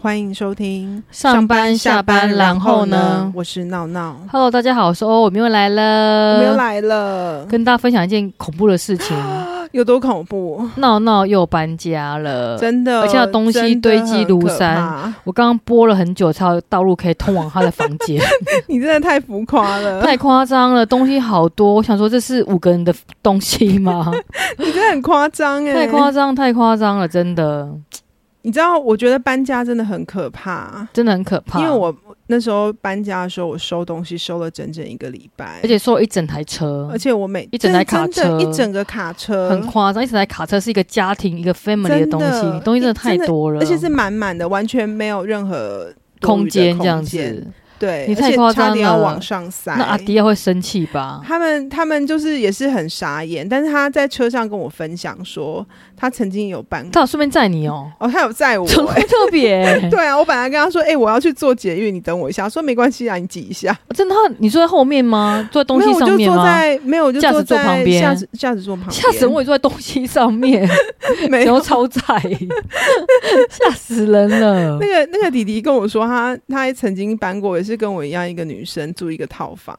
欢迎收听上班下班然后呢我是闹闹， Hello，大家好，我是欧，我们又来了，又来了，呃跟大家分享一件恐怖的 事情，有多恐怖？闹闹又搬家了。真的，呃而且他东西真的堆积如山很可怕， 我刚刚播了很久，才有道路可以通往他的房间， 你真的太浮夸 了，太夸张了，东西好多。我想说，这是五个人的东 西吗？你真的很夸张哎，太夸张，太夸张了，真的，你知道，我觉得搬家真的很可怕，真的很可怕。因为我那时候搬家的时候，我收东西收了整整一个礼拜，而且收了一整台车而，且我每一整台卡真的车一整个卡车很夸张，一整台卡车是一个家庭一个 family 的真的东西，东西真的太多了，而且是满满的，完全没有任何多余的空间这样空间子。对，你而太且夸差张点要了往上塞。那阿迪亚会生气吧？他们他们就是也是很傻眼，但是他在车上跟我分享说，他曾经有办他有顺便载你哦、哦，他有载我、怎么欸会特别、对啊，我本来跟他说，哎、我要去做捷运，你等我一下。他说没关系啊，你挤一下。真的，你坐在后 面吗？坐在东没西有，我上就面坐吗？在没有，我就驾驶坐座在旁边驾驶驾驶座旁边。吓死我！也坐在东西上面， 没然有后。超载， 吓死人 了那。个那个弟弟跟我说他，他他曾经搬过，也是跟我一样一个女生住一个套房，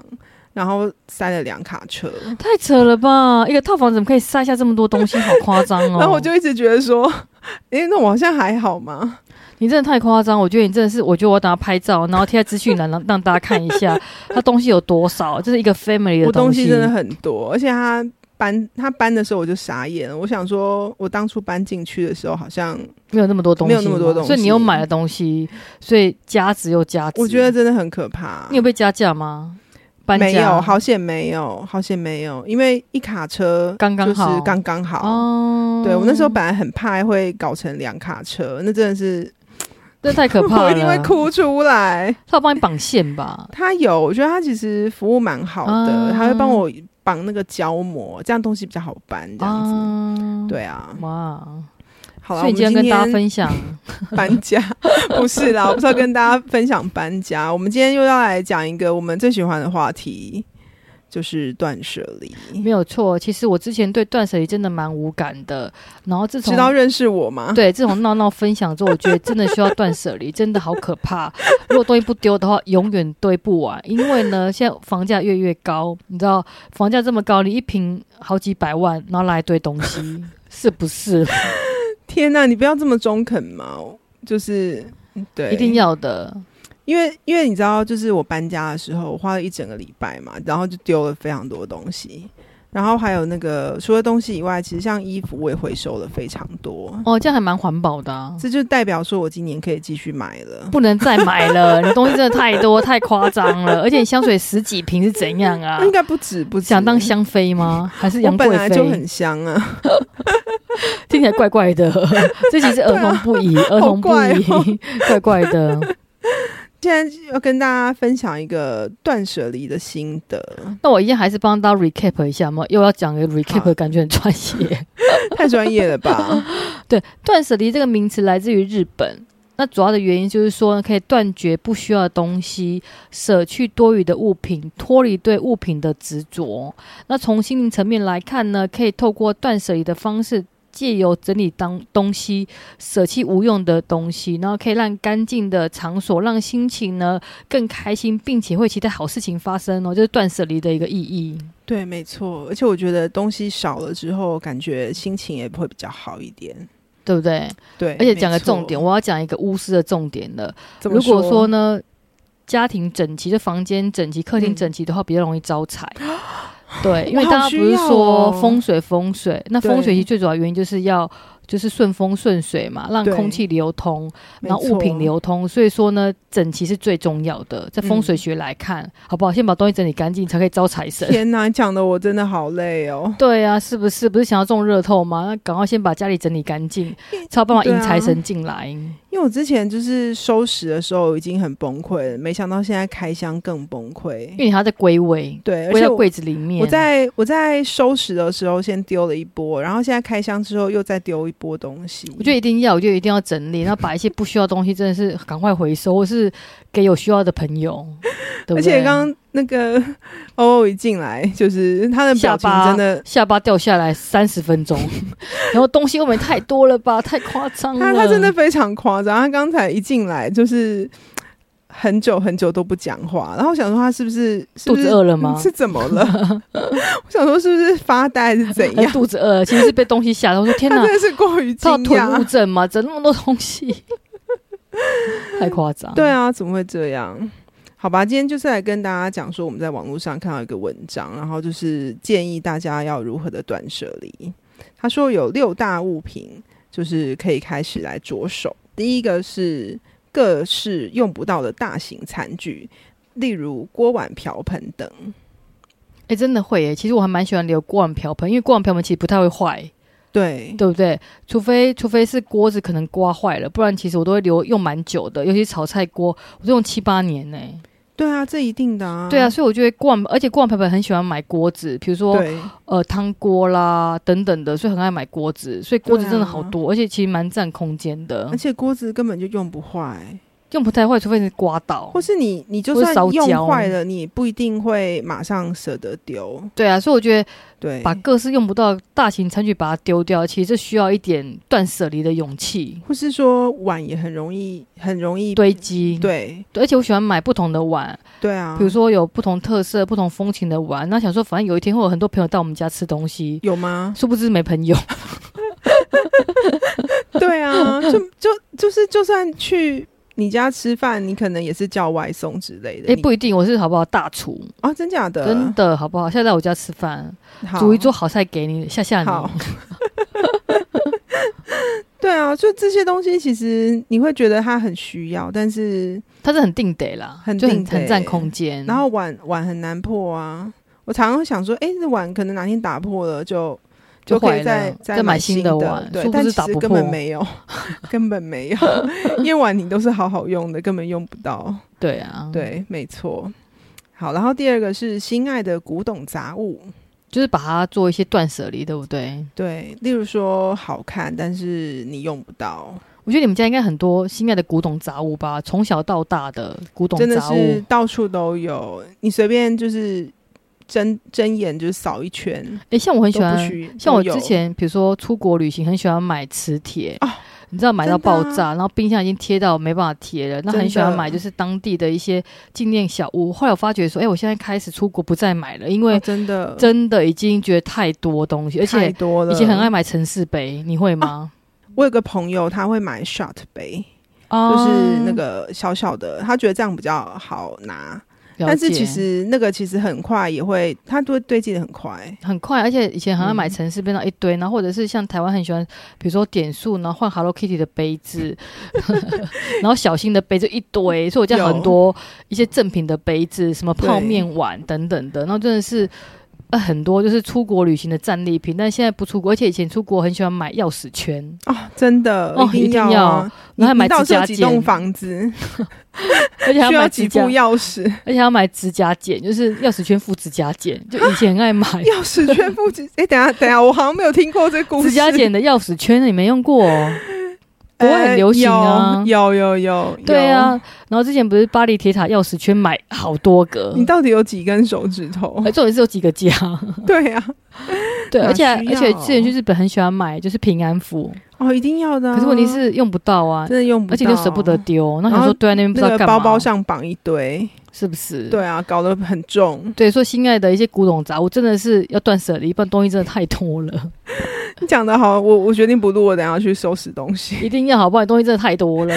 然后塞了两卡车，太扯了吧！一个套房怎么可以塞下这么多东西？好夸张哦！ 然后我就一直觉得说，哎、那我好像还好吗？你真的太夸张，我觉得你真的是，我觉得我要等下拍照，然后贴在资讯栏， 让让大家看一下它东西有多少，这是一个 family 我的东西。西真的很多，而且他搬他搬的时候我就傻眼了。我想说，我当初搬进去的时候，好像没有那么多东西嘛，没有那么多东西所以你又买了东西，所以加值又加值。我觉得真的很可怕。你有被加价吗？搬家没有？好险没有，好险没有，因为一卡车刚刚好就是刚刚好。哦，对我那时候本来很怕会搞成两卡车，那真的是这太可怕了， 我一定会。哭出来。他有帮你绑线吧？他有，我觉得他其实服务蛮好的，啊他会帮我绑那个胶膜，这样东西比较好搬，这样子。啊，对啊，哇！好了，所以我你们今天跟大家天分享， 搬家不是啦，我不是要跟大家分享搬家。我们今天又要来讲一个我们最喜欢的话题，就是断舍离。没有错。其实我之前对断舍离真的蛮无感的，然后自从知道认识我吗？对自从闹闹分享之后，我觉得真的需要断舍离，真的好可 怕。如果东西不丢的话，永远堆不完。因为呢，现在房价越来越高，你知道房价这么高，你一平好几百万，然后拿一堆东西，是不是？天哪、你不要这么中肯嘛！就是嗯对，一定，要的。因为因为你知道，就是我搬家的时候，我花了一整个礼拜嘛，然后就丢了非常多东西。然后还有那个，除了东西以外，其实像衣服我也回收了非常多，哦，这样还蛮环保的、啊。这就代表说我今年可以继续买了。不能再买了，你东西真的太多，太夸张了。而且你香水十几瓶是怎样啊？应该不止不止想当香妃吗？还是我杨本贵来妃？就很香啊。 听起来怪怪 的，这其实儿童不宜，儿童不宜，啊好哦 怪怪的。现在要跟大家分享一个断舍离的心得，那我一样还是帮大家 recap 一下嘛，又要讲一个 recap，感觉很专业。太专业了吧？ 对，断舍离这个名词来自于日本。那主要的原因就是说，可以断绝不需要的东西，舍去多余的物品，脱离对物品的执着。那从心灵层面来看呢，可以透过断舍离的方式，借由整理当东西，舍弃无用的东西，然后可以让干净的场所，让心情呢更开心，并且会期待好事情发生哦，就是断舍离的一个意义。对，没错。而且我觉得东西少了之后，感觉心情也会比较好一点。对不对？对，而且讲个哎没错重点，，我要讲一个巫师的重点了。怎么如果说说呢，家庭整齐，就房间整齐、客厅嗯整齐的话，比较容易招 财。对，因为好大家不需是要说哦风水风水，那对风水其实最主要原因就是要就是顺风顺水嘛，让对空气流通，没然后物品错流通，所以说呢，整齐是最重要的，在风水嗯学来看，好不好？先把东西整理干净，才可以招财神。天哪，讲的我真的好累哦。对啊，是不是不是想要中热透吗？那赶快先把家里整理干 净，才有办法对迎啊财神进来。因为我之前就是收拾的时候已经很崩溃了，没想到现在开箱更崩因溃。为你还要在归位，对，而归且到我柜子里面。我在我在收拾的时候先丢了一波，然后现在开箱之后又再丢一波东西。我觉得一定要，我觉得一定要 整理，然后把一些不需要的东西真的是赶快回收，或是给有需要的朋 友，对不对？而且刚刚那个 欧欧一进来，就是他的表下情巴真的，下巴掉下来三十 分钟，然后东西未免太多了吧，太夸张他了。他真的非常夸张。他刚才一进来就是很久很久都不讲话，然后我想说他是不是是不肚是子饿了吗是怎么了？ 我想说是不是发呆还是怎哎样？肚子饿了，其实是被东西吓到。我说 天他哪，真的是过于惊他有囤物讶。症吗？整那么多东 西，太夸张。对，啊，怎么会这样？好吧，今天就是来跟大家讲说，我们在网络上看到一个文章，然后就是建议大家要如何的断舍离。他说有六大物品，就是可以开始来着手。第一个是各式用不到的大型餐具，例如锅碗瓢盆等。哎、真的会耶。其实我还蛮喜欢留锅碗瓢盆，因为锅碗瓢盆其实不太会坏，对，对不对？除非除非是锅子可能刮坏了，不然其实我都会留用蛮久的。尤其炒菜锅，我都用七八年呢。对啊，这一定的啊。对啊，，所以我就会锅碗，而且锅碗瓢盆很喜欢买锅子，比如说对，呃汤锅啦等等的，所以很爱买锅子，所以锅子对啊真的好多，而且其实蛮占空间的而，且锅子根本就用不坏。用不太坏，除非是刮到或。是你你就或算是烧焦嗯用坏了，你也不一定会马上舍得丢。对啊，所以我觉得对，把各式用不到的大型餐具把它丢掉，其实这需要一点断舍离的勇气。或是说碗也很容易很容易堆积，对对而且我喜欢买不同的碗，对啊，比如说有不同特色、不同风情的碗。那想说，反正有一天会有很多朋友到我们家吃东西，？有吗 殊不知没朋 友。对啊，就就就是就算去你家吃饭，你可能也是叫外送之类的。哎，你不一定，我是好不好大厨，啊，真假的，真的好不好？下次来我家吃饭，好煮一桌好菜给你，吓吓你。 好。 对啊，就这些东西，其实你会觉得它很需要，但是它是很定得啦，很就定很得很占空间。然后碗碗很难破啊。我常常会想说，哎、这碗可能哪天打破了就就可坏以了再再买买新的的碗对殊，不但知其打实不根本破没有， 根本没有，因为碗你都是好好用的，根本用不到。对啊，，对，没错。好，然后第二个是心爱的古董杂物，就是把它做一些断舍离，对不对？对，例如说好看，但是你用不到，我觉得你们家应该很多心爱的古董杂物吧，从小到大的古董真的杂物。是到处都有，你随便就是睁睁眼就扫一圈，诶，像我很喜都不欢，需像都我有之前比如说出国旅行，很喜欢买磁铁。哦你知道买到爆真的啊炸，然后冰箱已经贴到没办法贴了，那真很喜欢的买就是当地的一些纪念小屋。后来我发觉说，诶，哎我现在开始出国不再买了，因哦为真的真的已经觉得太多东西，而太且多了，以前很爱买城市杯，你会吗？我有个朋友，他会买 shot 杯，啊就是那个小小的，他觉得这样比较好拿。了但是解其实那个其实很快也会，它都会堆积的很快。很快，而且以前很爱买嗯城市杯那一堆，然后或者是像台湾很喜欢，比如说点数，然后换 Hello Kitty 的杯 子，然后小新的杯子一堆，所以我家有很多一些正品的杯子，什么对泡面碗等等的，然后真的是。呃，很多就是出国旅行的战利品，但现在不出国，而且以前出国很喜欢买钥匙 圈，哦，真的，哦定要、啊，一定要然后还买你到指时甲候几栋剪房子 而且还要需啊买要指几甲副，钥匙， 而且还要买指甲剪，就是钥匙圈附指甲剪，就以前很爱买 钥匙全部几？ 哎、等一下等一下，我好像没有听过这故事。指 甲剪的钥匙圈，你没用过、哦？国外很呃流行啊有有有有，对啊，然后之前不是巴黎铁塔钥匙圈买好多个有。，你到底有几根手指头？呃重点是有几个 家，对啊，对，哪而且需而要哦且之前去日本很喜欢买，就是平安符，哦，一定要的啊、可是问题是用不到啊，真的用不到，而且就舍不得丢，那然想后说啊堆在那边不知那道个干包嘛，包上绑一堆。是不是？对啊，搞得很重。对，说心爱的一些古董杂物真的是要断舍离，不然东西真的太多了， 你讲的好，我我决定不录，我等一下去收拾东西。 一定要好不然东西真的太多了，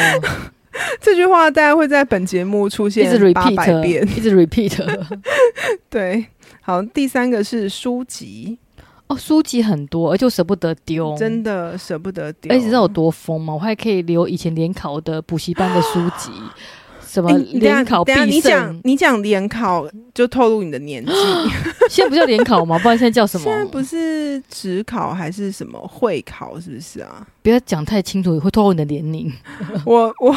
这句话大概会在本节目出一现直八百 repeat，啊遍。 一直 repeat。对，好，第三个是书籍，哦，书籍很多，而且我舍不得丢，真的舍不得丢。而且哎你知道我多疯吗？我还可以留以前联考的补习班的书籍， 什么哎你等一下联考等一下必你讲胜，你讲联考就透露你的年纪， 现在不叫联考吗？不然现在叫什现在么？不是职考还是什么会考，是不是啊？ 不要讲太清楚，会透露你的年龄。我我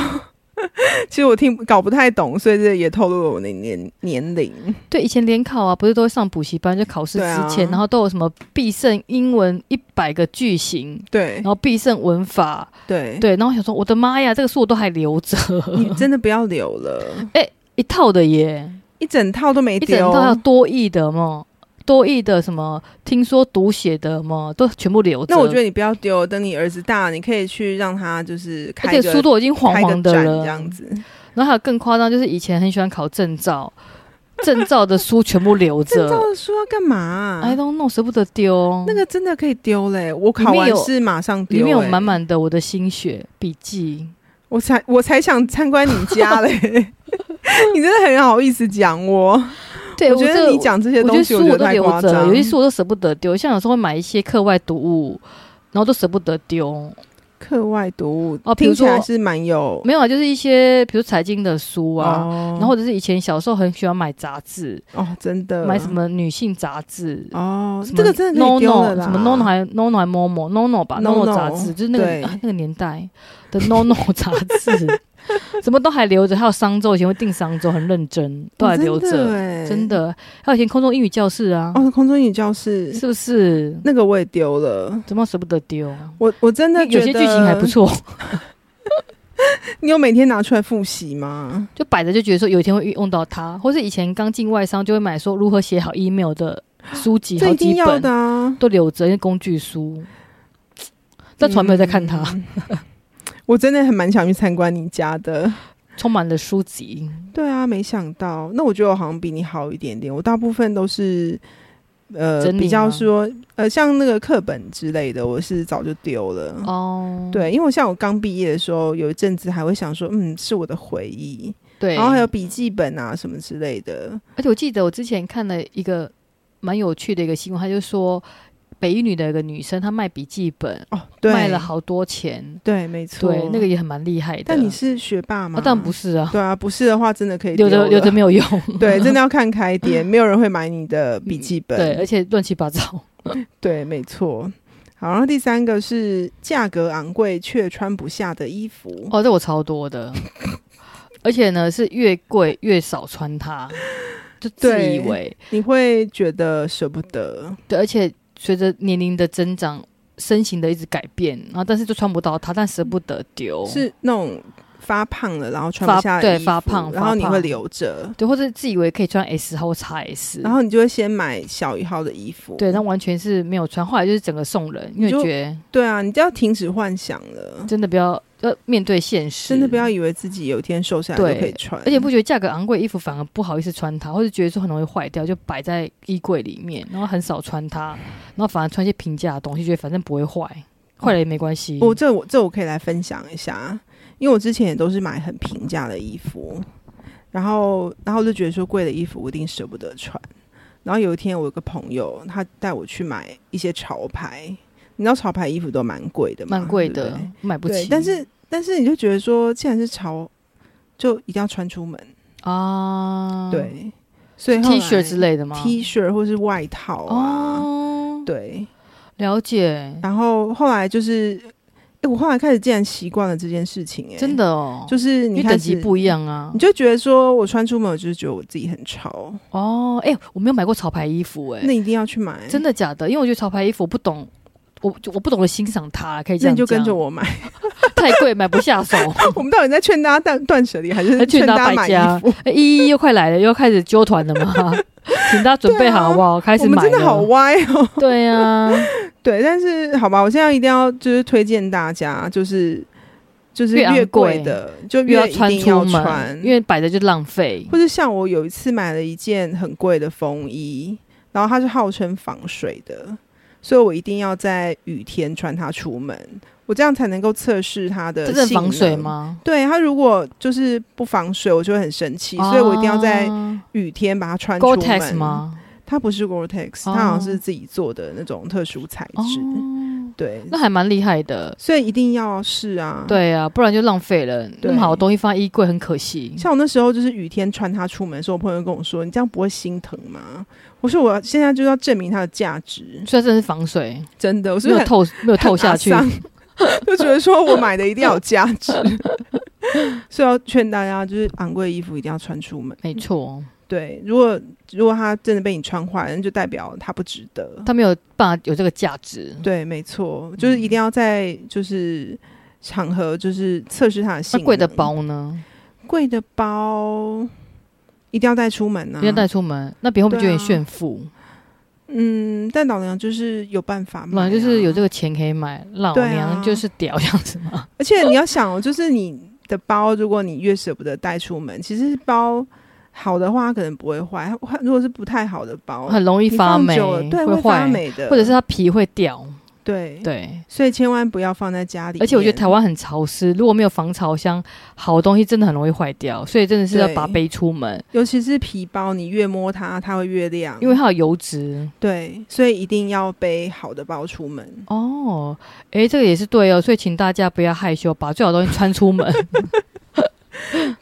其实我听搞不太懂，所以这也透露了我的年年龄。对，以前联考啊，不是都会上补习班，就考试对啊之前，然后都有什么必胜英文一百个句型，对然后必胜文法，对，对，然后我想说，我的妈呀，这个书我都还留着， 你真的不要留了，一套的耶，一整套都没一整丢套。要多译的嘛，多译的什么听说读写的嘛，都全部留着。那我觉得你不要丢，等你儿子大，你可以去让他就是开而且个书都已经黄开黄个的展了这，样子。然后还有更夸张，就是以前很喜欢考证照，证照的书全部留证照着。的书要干嘛啊、 I don't know，舍不得丢。那个真的可以丢嘞！我里考面完有试马上丢、里面有欸满，满的我的心血笔记。我才我才想参观你家 嘞！ 你真的很好意思讲我，对，我觉这得个你讲这些我觉东得西，书觉我得都太夸留着，张。有些书我都舍不得丢，像有时候会买一些课外读物，然后都舍不得丢。课外读物哦比听如起来说是蛮有没有啊，就是一些比如财经的书啊，哦然后或者是以前小时候很喜欢买杂志，哦，真的买什么女性杂志。哦什，么这个真的可 no 以丢了 no 啦什么 no no 还 no no 还 momo no no 吧 Nono， no 杂志就是那对个啊那个年代的 no no 杂志，什么都还留着，还有商周以前会订商周，很认真都还留哦真的着，欸真的。还有以前空中英语教室啊，哦，空中英语教室是不是？那个我也丢了，怎么舍不得丢？啊我我真的有觉些剧得情还不。错， 你有每天拿出来复习吗？就摆着就觉得说有一天会用到它，或是以前刚进外商就会买说如何写好 email 的书籍，这好一几定要本的啊！都留着，因为工具书。但从来没有在看嗯它， 我真的很蛮想去参观你家的。充满了书籍。对啊，没想到。那我觉得我好像比你好一点点。我大部分都是呃整理吗比较说呃像那个课本之类的，我是早就丢了。哦，对，因为我像我刚毕业的时候，有一阵子还会想说，嗯，是我的回忆，对，然后还有笔记本啊什么之类的。而且我记得我之前看了一个蛮有趣的一个新闻，他就说北一女的有个女生，她卖笔记本，哦，对，卖了好多钱，对，没错，对，那个。也很蛮厉害的。但你是学霸吗？啊，当然不是 啊，对啊，不是的话，真的可以留丢着了留着没有用，对，真的要看开点，没有人会买你的笔记本。 对，而且乱七八糟。对，没错。好，然后第三个是价格昂贵却穿不下的衣服。哦，这我超多 的，而且呢是越贵越少穿 它，就自对以为你会觉得舍不得。对，而且随着年龄的增长，身形的一直改变，然后但是就穿不到它，但舍不得丢，是那种发胖了，然后穿哦发不下的对衣发服胖然发后你会胖留着，对，或者自以为可以穿 S 号或 XS，然后你就会先买小一号的衣服。对，但完全是没有穿，后来就是整个送人，因为你就觉对啊，你就要停止幻想了得，真的不要要面对现实，真的不要。以为自己有一天瘦下来就可以穿，而且不觉得价格昂贵的衣服反而不好意思穿它，或者觉得说很容易坏掉，就摆在衣柜里面，然后很少穿它，然后反而穿一些平价的东西，觉得反正不会坏，坏了也没关系。哦我这我这我可以来分享一下，啊因为我之前也都是买很平价的衣服，然后然后就觉得说贵的衣服我一定舍不得穿。然后有一天我有个朋友，他带我去买一些潮牌，你知道潮牌衣服都蛮贵的嘛，蛮贵对的，不对买不对起。但是但是你就觉得说，既然是潮，就一定要穿出门，啊，对，所以后来，T 恤之类的吗 T 恤或是外套啊，哦，对，了解，然后后来就是，哎、我后来开始竟然习惯了这件事情、哎，真的哦，就是因你为开等始级不一样啊你。就觉得说我穿出门，我就是觉得我自己很潮，哦，哎，我没有买过潮牌衣服，哎那，一定要去买，真的假的？因为我觉得潮牌衣服我不懂。我就我不懂得欣赏它，可以这那样你就跟着讲，我买。太贵买不 下手。我们到底在劝大家断断舍离，还是还劝大大家家买败衣家服？哎一一又快来了，又开始揪团了 吗？请大家准备好好不好？开啊我始们买真的好了。歪哦。 对啊，对，但是好吧，我现在一定要就是推荐大家，就是就是越昂越贵贵的就又越要一穿定出要门，穿，因为摆着就浪费。或者像我有一次买了一件很贵的风衣，然后它是号称防水的，所以我一定要在雨天穿它出门，我这样才能够测试它的这真的性能防水？吗？对它如果就是不防水，我就会很生气，所以我一定要在啊雨天把它穿出 Gore-Tex 门。吗？它不是 Gore-Tex，它哦好像是自己做的那种特殊材哦，质。对，那还蛮厉害的。所以一定要试啊。，对啊，不然就浪费了。那么好的东西放在衣柜很可惜。像我那时候就是雨天穿它出门的时候，我朋友跟我说：“你这样不会心疼吗？”我说：“我现在就要证明它的价值，虽然真的是防水， 真的。”我是没不有是 透没有透下去。很阿桑就觉得说我买的一定要有价值。 所以要劝大家，就是昂贵衣服一定要穿出门。没错，对，如果如果它真的被你穿坏了，那就代表它不值得。它没有办法有这个价值。对，没错，就是一定要在就是场合就是测试它的性那能。贵的包呢？贵的包一定要带出门啊！不要带出门，那别人会不会觉得你炫富？嗯，但老娘就是有办法老嘛、娘就是有这个，个钱可以买，老啊对啊娘就是屌这样子嘛。而且你要想哦，就是你的包，如果你越舍不得带出门，其实包好的话它可能不会坏，它如果是不太好的包，很容易哦你发放霉，久了对，会会发坏，霉的，哎或者是它皮会掉。对，对，所以千万不要放在家里面。而且我觉得台湾很潮湿，如果没有防潮箱，好的东西真的很容易坏掉，所以真的是要对把它背出门，尤其是皮包，你越摸它，它会越亮，因为它有油脂。对，所以一定要背好的包出门。哦，诶，这个也是对哦，所以请大家不要害羞，把最好的东西穿出门。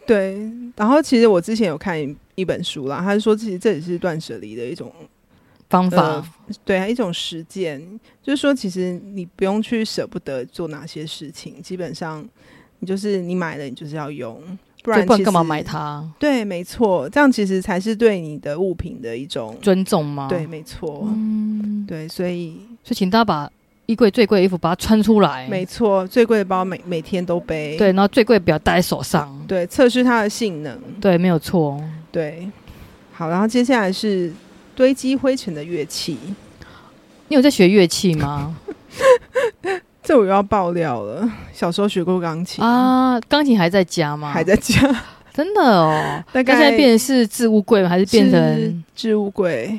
对，然后其实我之前有看一一本书啦，他是说其实这也是断舍离的一种方法、 呃对，一种实践，就是说，其实你不用去舍不得做哪些事情，基本上你就是你买了，你就是要用，不然就不然其干嘛实买？它？对，没错，这样其实才是对你的物品的一种尊重吗？对，，没错，嗯，对，所以所以请大家把衣柜最贵的衣服把它穿出来，没错，最贵的包每每天都背，哎对，然后最贵不要戴在手上，对，测试它的性能，对，没有错。对，好，然后接下来是堆积灰尘的乐器，你有在学乐器吗？ 这我又要爆料了，小时候学过钢琴，啊，钢琴还在家吗？还在家，真 的哦。大那概现在变成是置物柜吗？还是变成置物柜，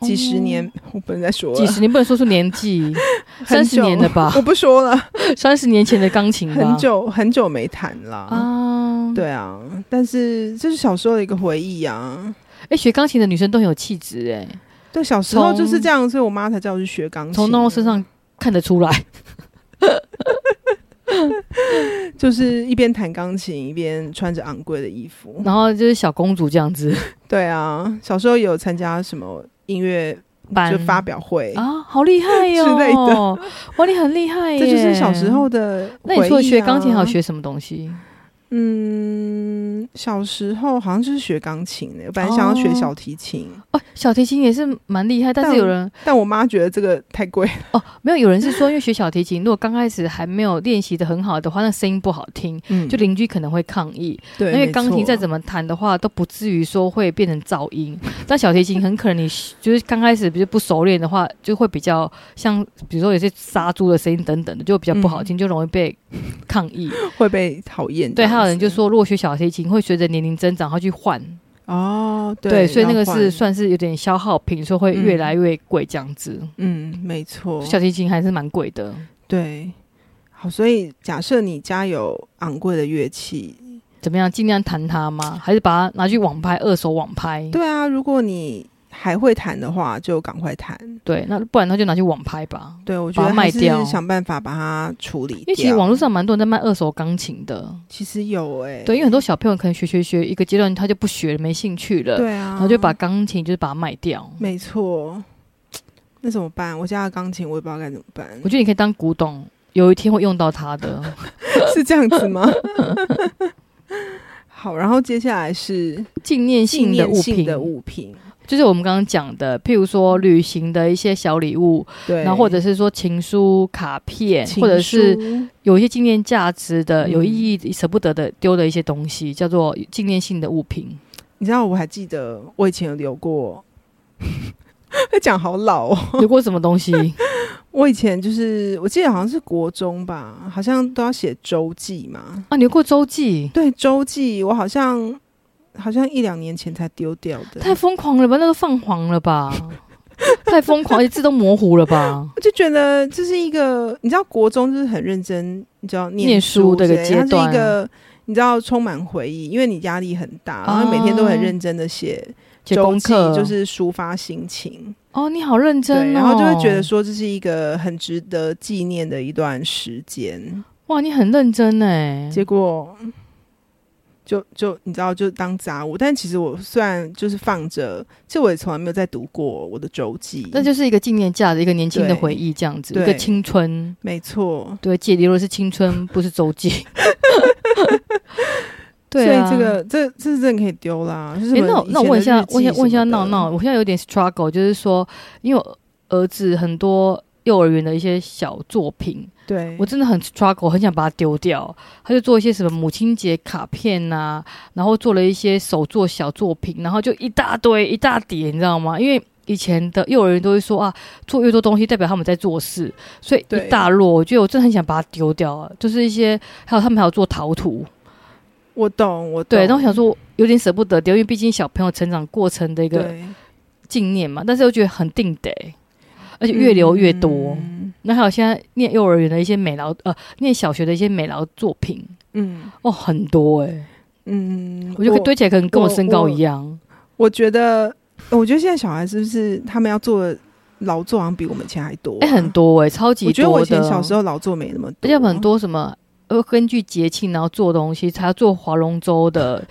几十年，哦我不能再说几了，十年不能说出年纪， 很三久十年了 吧？我不说了，三十年前的钢琴吧很久很久没弹啦。啊。，对啊，但是这是小时候的一个回忆啊。哎，学钢琴的女生都很有气质哎，对，小时候从就是这样，所以我妈才叫我去学钢琴。啊从那种身上看得出 来。就是一边弹钢琴，一边穿着昂贵的衣服。然后就是小公主这样子，对啊，小时候有参加什么音乐班就发表会，啊，好厉害哟、之类的。哇，你很厉害耶！这就是小时。候啊的、那你除了学钢琴，还有？学什么东西？嗯，小时候好像就是学钢琴的，我本来想要学哦小提琴。哦，小提琴也是蛮厉害，但但是有人但我妈觉得这个太 贵，哦，没有，有人是说，因为学小提琴，如果刚开始还没有练习的很好的话，那声音不好听，嗯就邻居可能会抗议。对，因为没钢琴错再怎么弹的话，都不至于说会变成噪音。但小提琴很可能你就是刚开始比较不熟练的话，就会比较像，比如说有些杀猪的声音等等的，就比较不好嗯听，就容易被抗议。会被讨厌这对，样子。还有人就说，如果学小提琴会随着年龄增长，它去换，哦，对，所以那个要是换算是有点消耗品，所以会越来越贵这样子。嗯，没错，小提琴还是蛮贵的，对。好，所以假设你家有昂贵的乐器，怎么样？尽量弹它吗？还是把它拿去网拍，二手网拍？对啊，如果你还会弹的话，就赶快弹。对，那不然它就拿去网拍吧。对我觉把它得卖还是掉想办法把它处理因掉。为其实网络上蛮多人在卖二手钢琴的，其实有哎、对，因为很多小朋友可能学学学一个阶段他就不学了，没兴趣了，对嗯啊，然后就把钢琴就是把它卖掉。没错。那怎么办？我家的钢琴我也不知道该怎么办我，觉得你可以当古董，有一天会用到它 的。是这样子吗？ 好，然后接下来是纪念纪性的念物性品，的物品，就是我们刚刚讲的，譬如说旅行的一些小礼物，对，然后或者是说情书、卡片，情或者是书有一些纪念价值的、嗯有意义、舍不得的丢的一些东西，叫做纪念性的物品。 你知道，我还记得我以前有留过， 在讲好老哦。有过什 么东西？我以前就是，我记得好像是国中吧，好像都要写周记嘛。啊，你有过周记，对，周记我好像好像一两年前才丢掉的，太疯狂了吧？那个泛黄 了吧？太疯狂，而且字都模糊了吧？我就觉得这是一个，你知道，国中就是很认真，你知道念书书的一个之类的阶段它啊是一个你知道充满回忆，因为你压力很大，然后每天都很认真的写哦写周功记课，就是抒发心情。哦，你好认对，真、哦，然后就会觉得说这是一个很值得纪念的一段时间。哇，你很认真哎。结果就就你知道，就当杂物。但其实我虽然就是放着，这我也从来没有再读过我的周记。那就是一个纪念价值，一个年轻的对回忆，这样子，对一个青春。没错， 对，借离如果是青春，不是周记。对啊，所以这个这这是真的可以丢啦。就是诶什么那我以前哎的那我问一下日，记问一下，问一下什么的闹闹，，我现在有点 struggle，就是说，因为我儿子很多幼儿园的一些小作品，对，我真的很 struggle，很想把它丢掉。他就做一些什么母亲节卡片呐、然后做了一些手作小作品，然后就一大堆一大叠，你知道吗？因为以前的幼儿园都会说啊，做越多东西代表他们在做事，所以对一大摞，我觉得我真的很想把它丢掉啊。就是一些还有他们还有做陶土，我懂我懂，对，然后我想说有点舍不得丢，因为毕竟小朋友成长过程的一个对纪念嘛，但是又觉得很定得，而且越留越多。嗯那还有现在念幼儿园的一些美劳，呃，念小学的一些美劳作品，嗯哦，很多哎、嗯，我觉得堆起来可能跟我身高一样。我觉得，我觉得现在小孩是不是他们要做的劳作好像比我们以前还多、啊？哎、很。多哎、超级我多觉得我以前小时候，候嗯劳作没那么而多，且他们很多什么。呃，根据节庆，然后做东西，还要做划龙舟的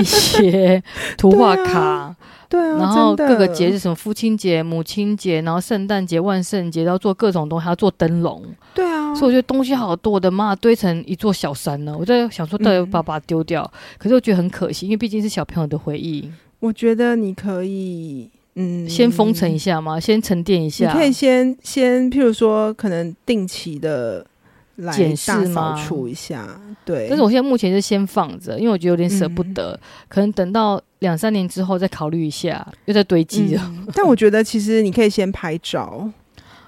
一些 图画对啊卡，对啊，然后真各的个节日，什么父亲节、母亲节，然后圣诞节、万圣节，都要做各种东西，还要做灯笼。对啊，所以我觉得东西好多，我的妈，堆成一座小山呢。我在想说，到底嗯要不要把它丢掉？可是我觉得很可惜，因为毕竟是小朋友的回忆，我觉得你可以，嗯，先封存一下嘛，先沉淀一你下。可以先先，譬如说，可能定期的来检视大扫吗除一下，对。嗯但是我现在目前是先放着，因为我觉得有点舍不得，可能等到两三年之后再考虑一下，又在堆积了。嗯但我觉得其实你可以先拍照，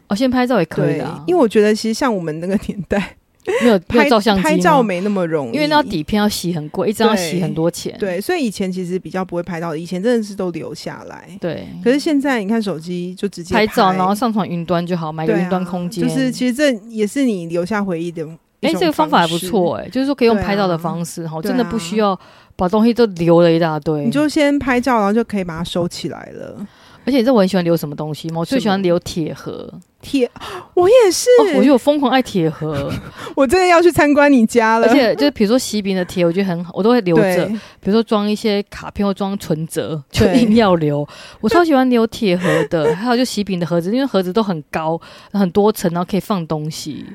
哦，先拍照也可以对的、啊，，因为我觉得其实像我们那个年代，没有没拍有照相机吗，拍照没那么容易，因为那底片要洗很贵，一张要洗对很多钱。对，所以以前其实比较不会拍到，以前真的是都留下来。对，可是现在你看手机就直接拍照拍然后上传云端就好，买个对啊云端空间。就是其实这也是你留下回忆的。哎、这个方法还不错，哎、就是说可以用对啊拍照的方式哈、对啊真的不需要把东西都留了一大堆。你就先拍照，然后就可以把它收起来了。而且你知道我很喜欢留什么东西吗？我最什么喜欢留铁盒，铁，我也是，哦，我觉得我疯狂爱铁 盒，我真的要去参观你家了。而且就是比如说喜饼的铁，我觉得很好，我都会留着。对，比如说装一些卡片或装存折，就对硬要留。我超喜欢留铁盒的，还有就喜饼的盒子，因为盒子都很高，很多层，然后可以放东西。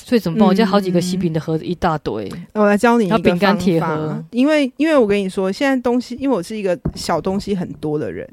所以怎嗯么办？我家好几个喜饼的盒子，一大堆。我来教你一还个有饼干方铁法盒因为因为我跟你说，现在东西，因为我是一个小东西很多的人，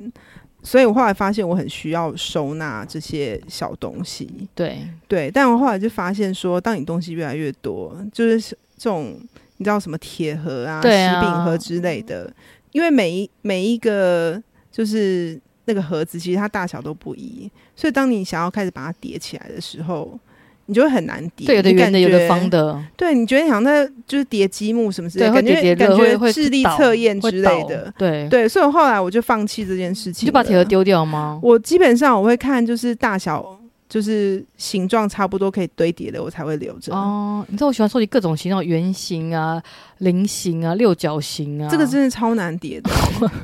所以我后来发现我很需要收纳这些小东西。对，对，但我后来就发现说，当你东西越来越多，就是这种你知道什么铁盒啊、对啊食品盒之类的，因为每一每一个就是那个盒子，其实它大小都不一，所以当你想要开始把它叠起来的时候，你就会很难叠。对，有的你圆的，感有觉的方。的。对，你觉得好像在就是叠积木什么之类对，的，会感觉叠叠乐，会感觉会智力倒测验会之类倒的。对，对，所以我后来我就放弃这件事情，你就把铁盒。丢掉吗？我基本上我会看就是大小，就是形状差不多可以堆叠的，我才会留着。哦，你知道我喜欢收集各种形状，圆形啊、菱形啊、六角形啊，这个真的超难叠的，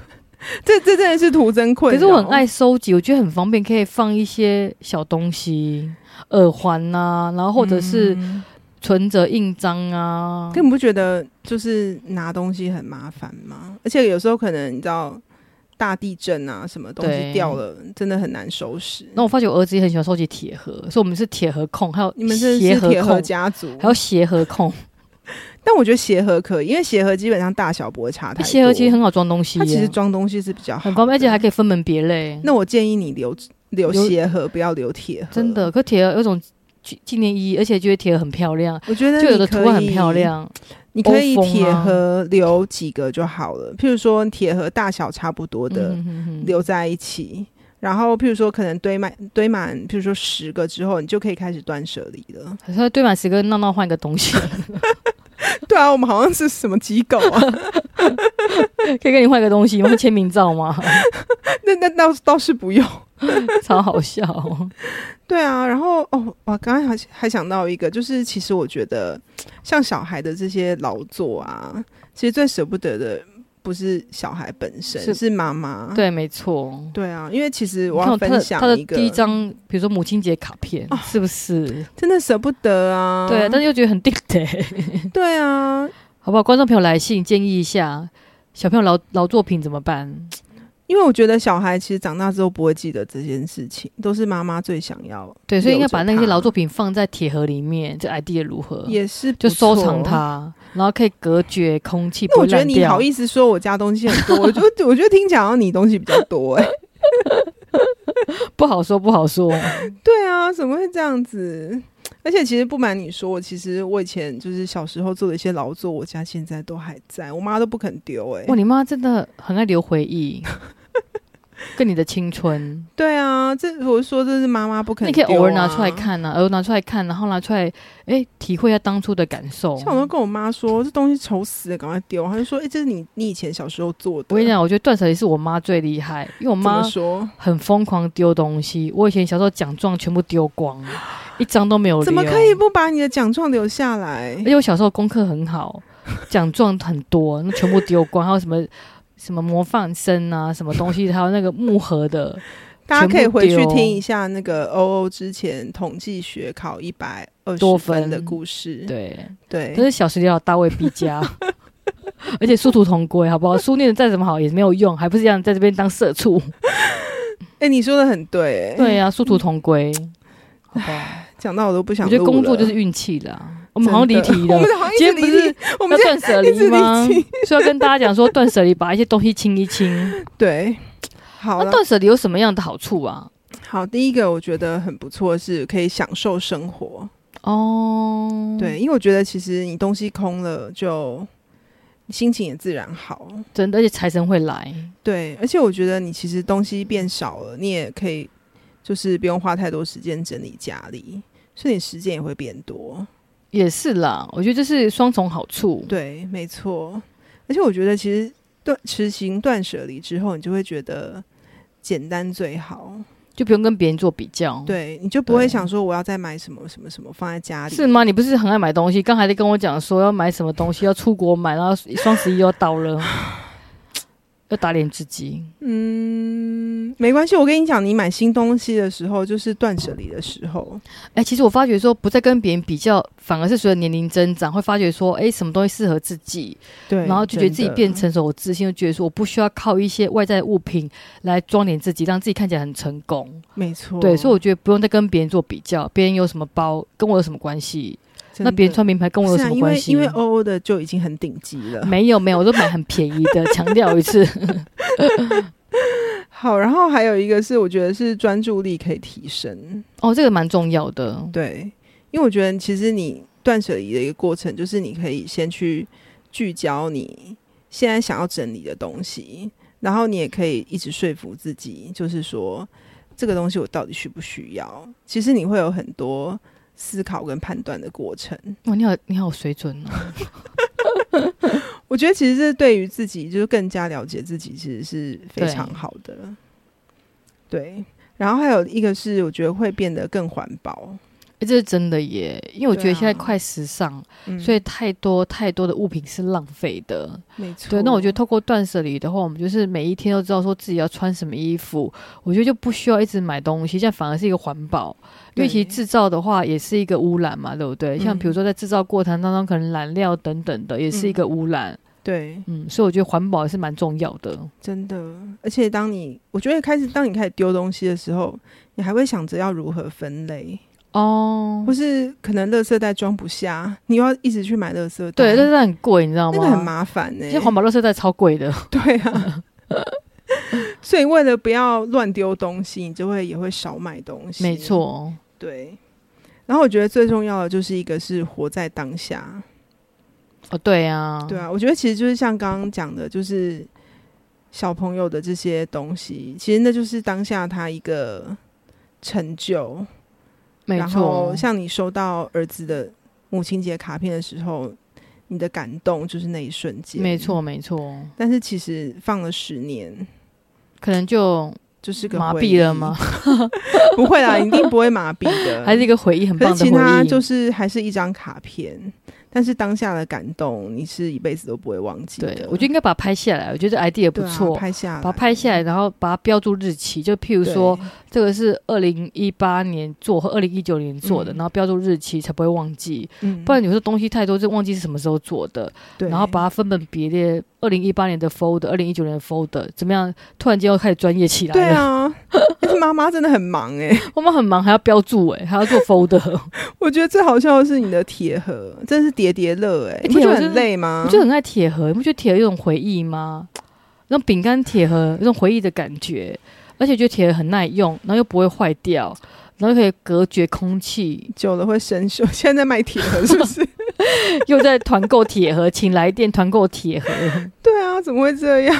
这这真的哦是徒增困哦可扰。是我很爱收集，我觉得很方便，可以放一些小东西，耳环啊，然后或者是嗯存折、印章啊。可你不觉得就是拿东西很麻烦吗？而且有时候可能你知道大地震啊，什么东西对掉了，真的很难收拾。那我发觉我儿子也很喜欢收集铁盒，所以我们是铁盒控，还有你们真的鞋是铁盒控，家族，还有鞋盒控。但我觉得鞋盒可以，因为鞋盒基本上大小不会 差太多。鞋盒其实很好装东西耶，它其实装东西是比较好很方便，而且的还可以分门别类。那我建议你留留嗯留鞋盒，不要留铁盒。真，的，可铁盒有种纪纪念意义，而且觉得铁盒很漂亮，我觉得就有的你可图案很以漂亮。你可以欧风啊铁盒留几个就好了，譬如说铁盒大小差不多我的嗯留在一起，然后譬如说可能堆满堆满，譬如说十个之后，你就可以开始断舍离了。 好像堆满十个闹闹换一个东西， 对啊，我们好像是什么机构啊？ 可以跟你换一个东西，换签名照吗？ 那那倒倒是不用。超好笑哦、对啊，然后哦，我刚刚还还想到一个，就是其实我觉得像小孩的这些劳作啊，其实最舍不得的不是小孩本身，是是妈妈。对，没错。对啊，因为其实我你看要我他分的享他的一个，第一张，比如说母亲节卡片，啊是不是？真的舍不得啊。对，但是又觉得很定 得， 对啊，好不好？观众朋友来信建议一下，小朋友劳劳作品怎么办？因为我觉得小孩其实长大之后不会记得这件事情，都是妈妈最想要。对，所以应该把那些劳作品放在铁盒里面，这 idea 如何？也是呃就不收错藏。它，然后可以隔绝空气，那不我会觉得烂你掉好。意思说我家东西很多，我就我觉得听起来好像你东西比较多哎、不好说，不 好说。对啊，怎么会这样子？而且其实不瞒你说，我其实我以前就是小时候做的一些劳作，我家现在都还在，我妈都不肯丢哎、哇，你妈真的很爱留 回忆，跟你的青春，对啊，这我说这是妈妈不肯、啊你可以偶尔拿出来。看啊，偶尔拿出来看，然后拿出来，哎，体会一下当初的感受。像我都跟我妈说，这东西丑死了，赶快丢。她就说：“哎、这是你你以前小时候做的。”我跟你讲，我觉得断舍离是我妈最厉害，因为我怎么妈说？很疯狂丢东西。我以前小时候奖状全部丢光，一张都没有留。怎么可以？不把你的奖状留下来而？且哎我小时候功课很好，奖状很多，那全部丢光，还有什么什么模范生啊，什么东西，还有那个木盒的，大家可以回去全部丢听一下那个欧欧之前统计学考一百二多十分分的故事。对，对可是小时了大卫必加。 而且殊途同归，好不好？书念的再怎么好也没有用，还不是一样在这边当社畜。哎、你说的很对、哎 对呀、啊，殊途同归，好吧？讲到我都不想我录了。觉得工作就是运气啦。我我们好像离题 我了们，好像一直今天不是离题。我要们今天断舍一直离吗离题？ 所以要跟大家讲说，断舍离把一些东西清一清。对，好那了，断舍离有什么样的好处啊？好，第一个我觉得很不错，是可以享受生活。哦，对，因为我觉得其实你东西空了就。心情也自然好，真的，而且财神会来。对，而且我觉得你其实东西变少了，你也可以就是不用花太多时间整理家里，所以你时间也会变多。也是啦，我觉得这是双重好处。对，没错。而且我觉得其实断实行断舍离之后，你就会觉得简单最好，就不用跟别人做比较。，对，你就不会对想说我要再买什么什么什么放在家里。是吗？你不是很爱买东西？刚才在跟我讲说要买什么东西，要出国买，然后双十一又要到 了，要打脸自己。嗯，没关系，我跟你讲，你买新东西的时候就是断舍离的时候。哎、其实我发觉说，不再跟别人比较，反而是随着年龄增长，会发觉说，哎、什么东西适合自己，对，然后就觉得自己真的变成熟、有自信，就觉得说我不需要靠一些外在的物品来装点自己，让自己看起来很成功。没错。对，所以我觉得不用再跟别人做比较，别人有什么包跟我有什么关系？真那别人的穿名牌跟我有不是什啊么关系？因为因为欧欧的就已经很顶级了。没有没有，我都买很便宜 的，强调一次。好，然后还有一个是，我觉得是专注力可以提升。哦，这个蛮重要的。对，因为我觉得其实你断舍离的一个过程，就是你可以先去聚焦你现在想要整理的东西，然后你也可以一直说服自己，就是说这个东西我到底需不需要？其实你会有很多思考跟判断的过程。哇，你好你好有 水准哦。我觉得其实这对于自己就是更加了解自己，其实是非常好的。对，然后还有一个是，我觉得会变得更环保。哎，这是真的耶，因为我觉对得啊现在快时尚，嗯，所以太多太多的物品是浪费的。没错。对，那我觉得透过断舍离的话，我们就是每一天都知道说自己要穿什么衣服，我觉得就不需要一直买东西，这样反而是一个环保。因为其实对制造的话也是一个污染嘛，对不对？像比如嗯说在制造过程当中，可能燃料等等的也是一嗯个污染。对，嗯，所以我觉得环保也是蛮重要的。真的。而且当你我觉得开始当你开始丢东西的时候，你还会想着要如何分类，哦或，是可能垃圾袋装不下，你又要一直去买垃圾袋，对，但是很贵，你知道那吗？个很麻烦欸呢、现在环保垃圾袋超贵的， 对 啊。所以为了不要乱丢东西，你就会也会少买东西。没，错。对。然后我觉得最重要的就是一个是活在当下，哦，对啊，对啊，我觉得其实就是像刚刚讲的，就是小朋友的这些东西，其实那就是当下他一个成就。没然错后。像你收到儿子的母亲节卡片的时候，你的感动就是那一瞬间，没。错，没错，但是其实放了十年，可能就就是个麻回痹了忆 吗？？ 不 会啦，一定不会麻痹的。还是一个回忆，很可棒是的其回他忆。就是还是一张卡片，但是当下的感动，你是一辈子都不会忘记的。对，我觉得应该把它拍下来，我觉得 idea 不对啊错，拍下来，把它拍下来，然后把它标注日期，就譬如对说这个是二零一八年做和二零一九年做的，嗯然后标注日期才不会忘记，嗯不然有时候东西太多，就忘记是什么时候做的，对，然后把它分门别列，二零一八年的 folder，二零一九年的 folder，怎么样？突然间又开始专业起来对了，啊，但是妈妈真的很忙哎、 我们很忙，还要标注哎、还要做 folder， 我觉得最好笑的是你的铁盒，真是叠叠乐哎，欸你不觉得铁盒真很的累吗。我？就很爱铁盒，你不觉得铁盒有种回忆吗？那种饼干铁盒有种回忆的感觉，而且觉得铁盒很耐用，然后又不会坏掉，然后又可以隔绝空气 久了会生锈，现在在卖铁盒是不是？又在团购铁盒，请来电团购铁盒。对啊，怎么会这样？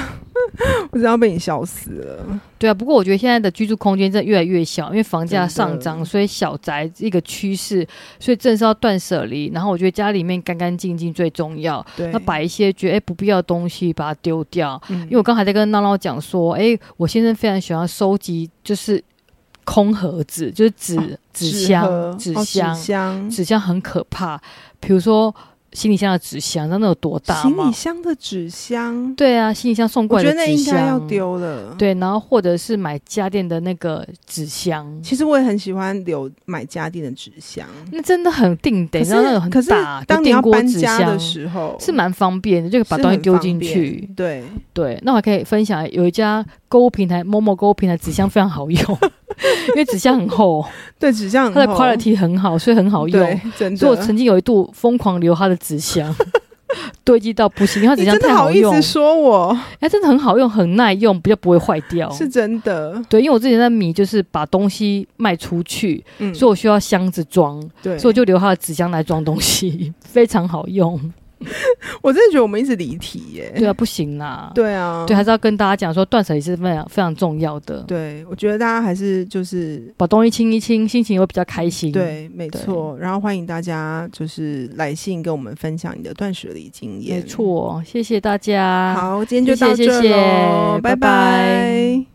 我真的要被你笑死了。对啊，不过我觉得现在的居住空间真的越来越小，因为房价上真的涨，所以小宅一个趋势，所以正是要断舍离。然后我觉得家里面干干净净最重要，对，那把一些觉得哎不必要的东西把它丢掉，嗯，因因为我刚才在跟闹闹讲说，诶，我先生非常喜欢收集，就是空盒子，就是纸、纸箱、哦纸纸盒哦箱、纸箱、纸箱很可怕。比如说行李箱的纸箱，那那有多大行吗李？箱的纸箱，对啊，行李箱送过我来觉的得那纸应该要箱，丢了。，对，然后或者是买家电的那个纸箱，其实我也很喜欢留买家电的纸箱，那真的很定可的，你知道那种是很可是大，当你电要锅搬纸家箱的时候是蛮方便的，就可以把是东西很丢方进便去。对，对，那我还可以分享有一家购物平台，某某购物平台纸箱非 常好用，因为纸箱很厚，对，纸箱很它的厚 quality 很好，所以很好用对。，真所以我的。曾经有一度疯狂留它的 纸箱，堆积到不行，因为它你纸箱真的太好意用思，说我哎，真的很好用，很耐用，比较不会坏掉。是真的，对，因为我之前在迷就是把东西卖出去，嗯，所以我需要箱子装，对，所以我就留它的纸箱来装 东西，非常好用。我真的觉得我们一直离题耶。对啊，不行啦，对啊，对，还是要跟大家讲说，断舍离是非常非常重要的。对，我觉得大家还是就是把东西清一清，心情也会比较开心。，对，没错。然后欢迎大家就是来信跟我们分享你的断舍离经验。没，错，谢谢大家。好，今天就啊谢谢到这谢谢喽，拜拜拜拜